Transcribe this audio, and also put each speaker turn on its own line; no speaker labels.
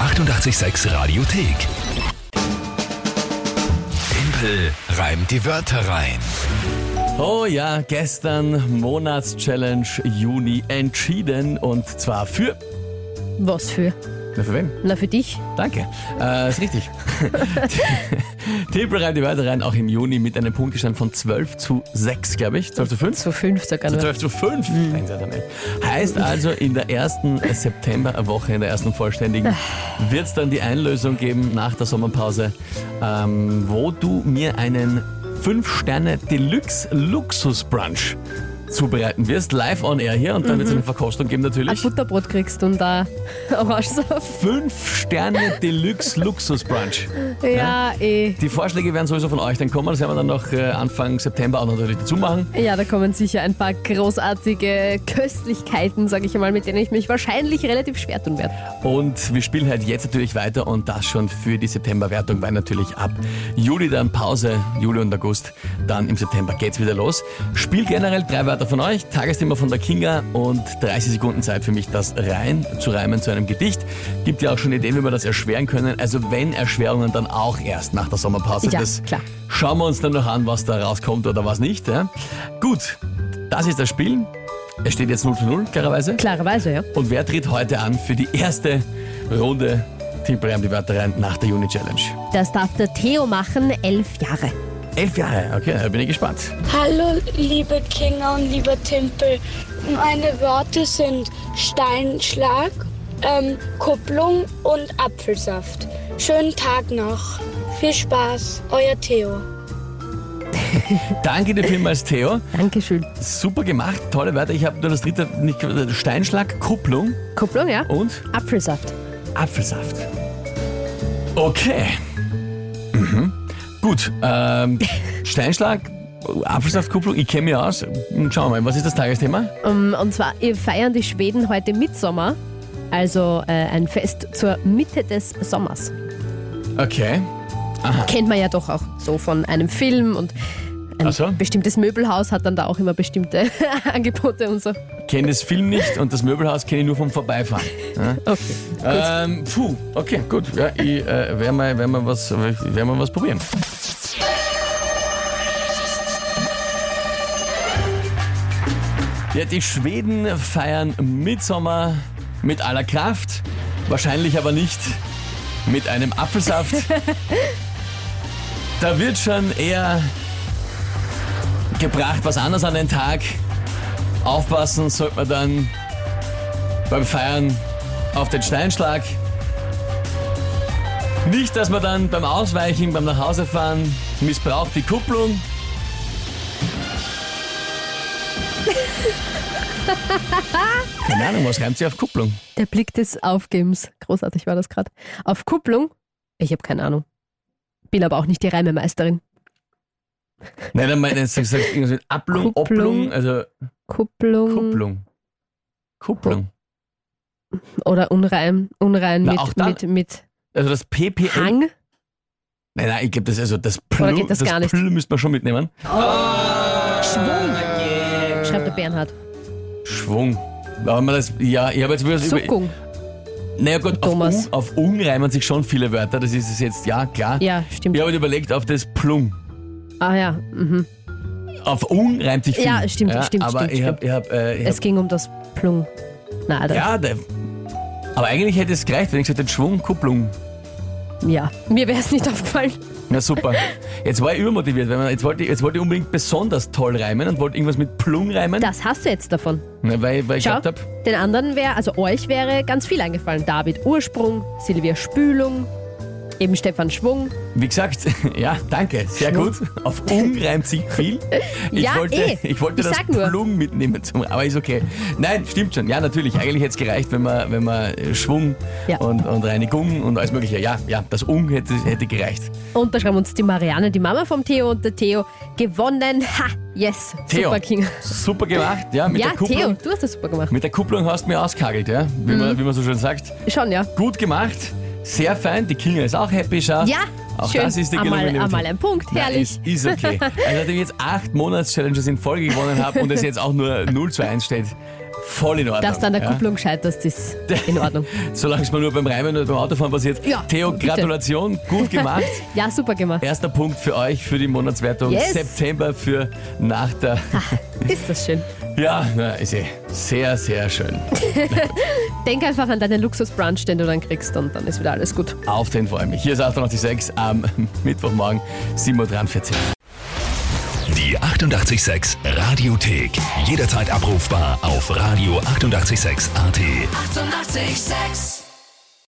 886 Radiothek. Tempel reimt die Wörter rein.
Oh ja, gestern Monatschallenge Juni entschieden und zwar für.
Was für?
Na, für wen?
Na, für dich.
Danke. Äh, ist richtig. Tippel reimt die Wörter rein, auch im Juni mit einem Punktstand von 12 zu 6, glaube ich. 12 zu 5?
Zu fünf sogar
Zu
nur.
12 zu 5. Nein, das hat er nicht. Heißt also, in der ersten Septemberwoche, in der ersten vollständigen, wird es dann die Einlösung geben nach der Sommerpause, ähm, wo du mir einen 5-Sterne-Deluxe-Luxus-Brunch zubereiten wirst, live on air hier und dann wird es eine Verkostung geben
Ein
natürlich.
Butterbrot kriegst und da Orangensaft.
5 Sterne Deluxe Luxus Brunch.
Ja, eh.
Die Vorschläge werden sowieso von euch dann kommen. Das werden wir dann noch äh, Anfang September auch natürlich dazu machen.
Ja, da kommen sicher ein paar großartige Köstlichkeiten, sage ich einmal, mit denen ich mich wahrscheinlich relativ schwer tun werde.
Und wir spielen halt jetzt natürlich weiter und das schon für die Septemberwertung, weil natürlich ab Juli dann Pause, Juli und August, dann im September geht's wieder los. Spiel generell drei Wörter von euch, Tagesthema von der Kinga und 30 Sekunden Zeit für mich, das rein zu reimen zu einem Gedicht. Gibt ja auch schon Ideen, wie wir das erschweren können. Also wenn Erschwerungen, dann auch erst nach der Sommerpause.
Ja,
das
klar.
Schauen wir uns dann noch an, was da rauskommt oder was nicht. Ja? Gut, das ist das Spiel. Es steht jetzt 0 zu 0, klarerweise.
Klarerweise, ja.
Und wer tritt heute an für die erste Runde Tippelreim die Wörter rein nach der Juni-Challenge?
Das darf der Theo machen, elf Jahre.
Elf Jahre, okay, da bin ich gespannt.
Hallo, liebe Kinder und lieber Timpel. Meine Worte sind Steinschlag, ähm, Kupplung und Apfelsaft. Schönen Tag noch. Viel Spaß, euer Theo.
Danke dir vielmals, Theo.
Dankeschön.
Super gemacht, tolle Wörter. Ich habe nur das dritte, nicht, Steinschlag, Kupplung
Kupplung, ja?
und
Apfelsaft.
Apfelsaft. Okay. Mhm. Gut, ähm, Steinschlag, Apfelsaft, Kupplung, ich kenne mich aus. Hm, Schauen wir mal, was ist das Tagesthema?
Ähm, und zwar äh, feiern die Schweden heute Mitsommer, also äh, ein Fest zur Mitte des Sommers.
Okay.
Kennt man ja doch auch so von einem Film und ein
Ach so.
bestimmtes Möbelhaus hat dann da auch immer bestimmte Angebote und so.
Kenne das Film nicht und das Möbelhaus kenne ich nur vom Vorbeifahren. Ja?
Okay.
Ähm, puh, okay, gut. Ja, ich äh, werde mal, werd mal, was- werd mal was probieren. Ja, die Schweden feiern Mitsommer mit aller Kraft, wahrscheinlich aber nicht mit einem Apfelsaft. da wird schon eher gebracht was anderes an den Tag. Aufpassen sollte man dann beim Feiern auf den Steinschlag. Nicht, dass man dann beim Ausweichen, beim Nachhausefahren missbraucht die Kupplung. Keine Ahnung, was reimt sie auf Kupplung?
Der Blick des Aufgebens. Großartig war das gerade. Auf Kupplung? Ich habe keine Ahnung. Bin aber auch nicht die Reimemeisterin.
Nein, dann meint er jetzt gesagt, irgendwas mit Ablung,
Kupplung.
Opplung,
Hm.
also
Kupplung
Kupplung. Kupplung.
oder unrein, unrein
Na, auch
mit,
da-
mit, mit
Also das PPL.
Hang.
Nein, nein, ich glaube, das also das Plü,
Oder geht das gar nicht?
Plü müsste man schon mitnehmen.
Schreibt der Bernhard.
Schwung. Aber man das, ja, ich habe jetzt wieder über,
Zuckung.
Naja gut, auf,
Thomas.
Un, auf Un reimen sich schon viele Wörter, das ist es jetzt, ja klar.
Ja, stimmt.
Ich habe überlegt auf das Plung.
Ah ja, mhm.
Auf Un reimt sich viel.
Ja, stimmt, stimmt,
aber
stimmt,
ich hab, ich hab, äh, ich
es ging um das Plung. Na,
hab,
Alter.
ja, der, aber eigentlich hätte es gereicht, wenn ich gesagt hätte, Schwung, Kupplung.
ja. Mir wäre es nicht aufgefallen.
Na super. Jetzt war ich übermotiviert, weil man, jetzt, wollte ich, jetzt wollte ich unbedingt besonders toll reimen und wollte irgendwas mit Plung reimen,
Das hast du jetzt davon.
Na, weil, weil ich
Schau,
gedacht habe,
den anderen wäre, also euch wäre ganz viel eingefallen. David Ursprung, Silvia Spülung, eben Stefan Schwung.
Wie gesagt, ja, danke, sehr
Schwung.
gut. Auf um reimt sich viel. Ich
Ja,
wollte,
eh.
ich wollte
Ich
das
sag nur.
Plung mitnehmen, zum, aber ist okay. Nein, stimmt schon. Ja, natürlich. Eigentlich hätte es gereicht, wenn man, wenn man äh, Schwung
Ja.
und, und Reinigung und alles Mögliche. Ja, ja, das Um hätte, hätte gereicht.
Und da schreiben uns die Marianne, die Mama vom Theo und der Theo, gewonnen. Ha, yes.
Theo,
Super King.
super gemacht. Ja, mit
ja,
der Kupplung.
Theo, Mhm. du hast das super gemacht.
Mit der Kupplung hast du mir ausgekagelt, ja? wie, man, wie man so schön sagt.
Schon, ja.
Gut gemacht, sehr fein. Die Kinga ist auch happy, schau.
Ja,
Ah, auch
schön.
das ist dir gelungen.
einmal,
liebe
einmal
Tina.
ein Punkt, herrlich.
Nein, ist, ist okay. Also, nachdem ich jetzt acht Monats-Challenges in Folge gewonnen habe und es jetzt auch nur 0 zu 1 steht, Voll in Ordnung.
Dass du an der
ja.
Kupplung scheiterst, ist in Ordnung.
Solange es mal nur beim Reimen oder beim Autofahren passiert.
Ja,
Theo,
bitte.
Gratulation, gut gemacht.
Ja, super gemacht.
Erster Punkt für euch für die Monatswertung
Yes.
September für nach der.
Ist das schön.
Ja, na, ist eh sehr, sehr schön.
Denk einfach an deinen Luxus-Brunch, den du dann kriegst und dann ist wieder alles gut.
Auf den freue ich mich. Hier ist 886 am Mittwochmorgen 7.43 Uhr.
Die 886 Radiothek. Jederzeit abrufbar auf radio886.at. 886! 886.
886